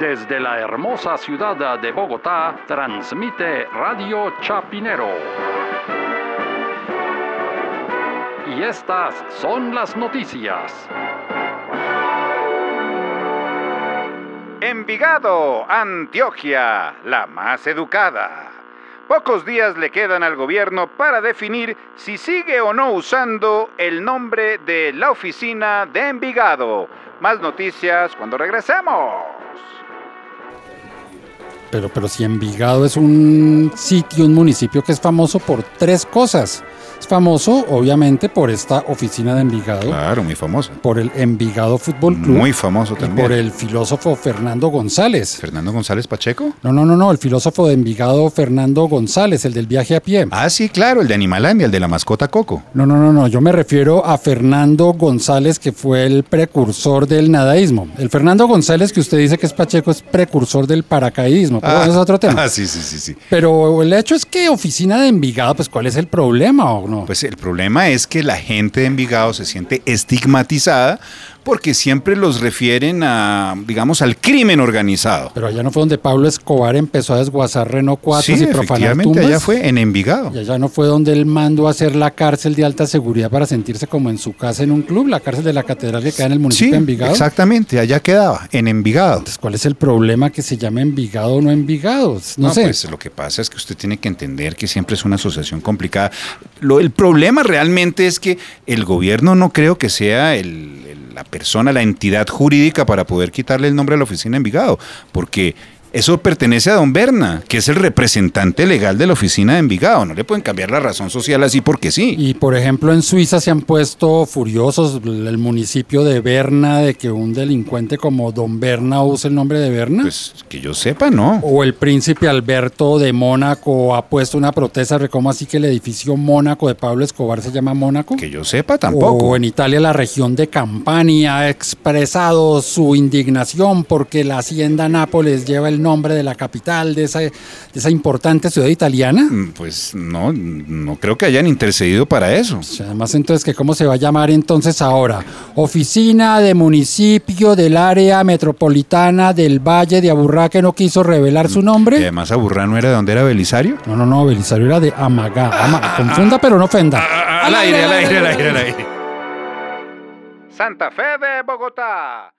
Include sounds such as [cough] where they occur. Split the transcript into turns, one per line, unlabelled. Desde la hermosa ciudad de Bogotá, transmite Radio Chapinero. Y estas son las noticias.
Envigado, Antioquia, la más educada. Pocos días le quedan al gobierno para definir si sigue o no usando el nombre de la oficina de Envigado. Más noticias cuando regresemos.
¿Eh? Pero, pero si Envigado es un sitio, un municipio que es famoso por tres cosas. Es famoso, obviamente, por esta oficina de Envigado,
Claro, muy famoso.
por el Envigado Fútbol Club,
Muy famoso
y
también.
por el filósofo Fernando González.
Fernando González Pacheco.
No, no, no, no, el filósofo de Envigado Fernando González, el del viaje a pie.
Ah, sí, claro, el de Animalandia, el de la mascota Coco.
No, no, no, no, yo me refiero a Fernando González, que fue el precursor del nadaísmo. El Fernando González que usted dice que es Pacheco es precursor del paracaidismo, pero bueno, es otro tema.
[laughs] Ah, sí, sí, sí, sí.
Pero el hecho es que oficina de Envigado, pues ¿cuál es el problema o no?
Pues el problema es que la gente de Envigado se siente estigmatizada porque siempre los refieren a, digamos, al crimen organizado.
Pero allá no fue donde Pablo Escobar empezó a desguazar Reno 4
sí,
y profanar
efectivamente,
tumbas.
allá fue en Envigado.
Y allá no fue donde él mandó a hacer la cárcel de alta seguridad para sentirse como en su casa en un club, la cárcel de la catedral que queda en el municipio
Sí,
de Envigado.
exactamente, allá quedaba, en Envigado.
Entonces, ¿cuál es el problema que se llame Envigado o no Envigado? No, sé.
Pues lo que pasa es que usted tiene que entender que siempre es una asociación complicada. Lo, el problema realmente es que el gobierno no creo que sea el- el- la persona, la entidad jurídica para poder quitarle el nombre a la oficina de Envigado, porque eso pertenece a don Berna, que es el representante legal de la oficina de Envigado. No le pueden cambiar la razón social así porque sí.
Y por ejemplo, en Suiza se han puesto furiosos el municipio de Berna de que un delincuente como Don Berna use el nombre de Berna.
Pues que yo sepa, no.
o el príncipe Alberto de Mónaco ha puesto una protesta de cómo así que el edificio Mónaco de Pablo Escobar se llama Mónaco.
Que yo sepa tampoco.
O en Italia la región de Campania ha expresado su indignación porque la hacienda Nápoles lleva el nombre de la capital de esa, de esa importante ciudad italiana.
Mm, Pues no, no creo que hayan intercedido para eso.
O sea, Además, entonces, que ¿cómo se va a llamar entonces ahora? Oficina de Municipio del Área Metropolitana del Valle de Aburrá que no quiso revelar su
Y
nombre.
además Aburrá no era de donde era Belisario.
No, no, no, Belisario era de Amagá. Ama- confunda, pero no ofenda.
al aire, al aire, al aire, al aire.
Santa Fe de Bogotá,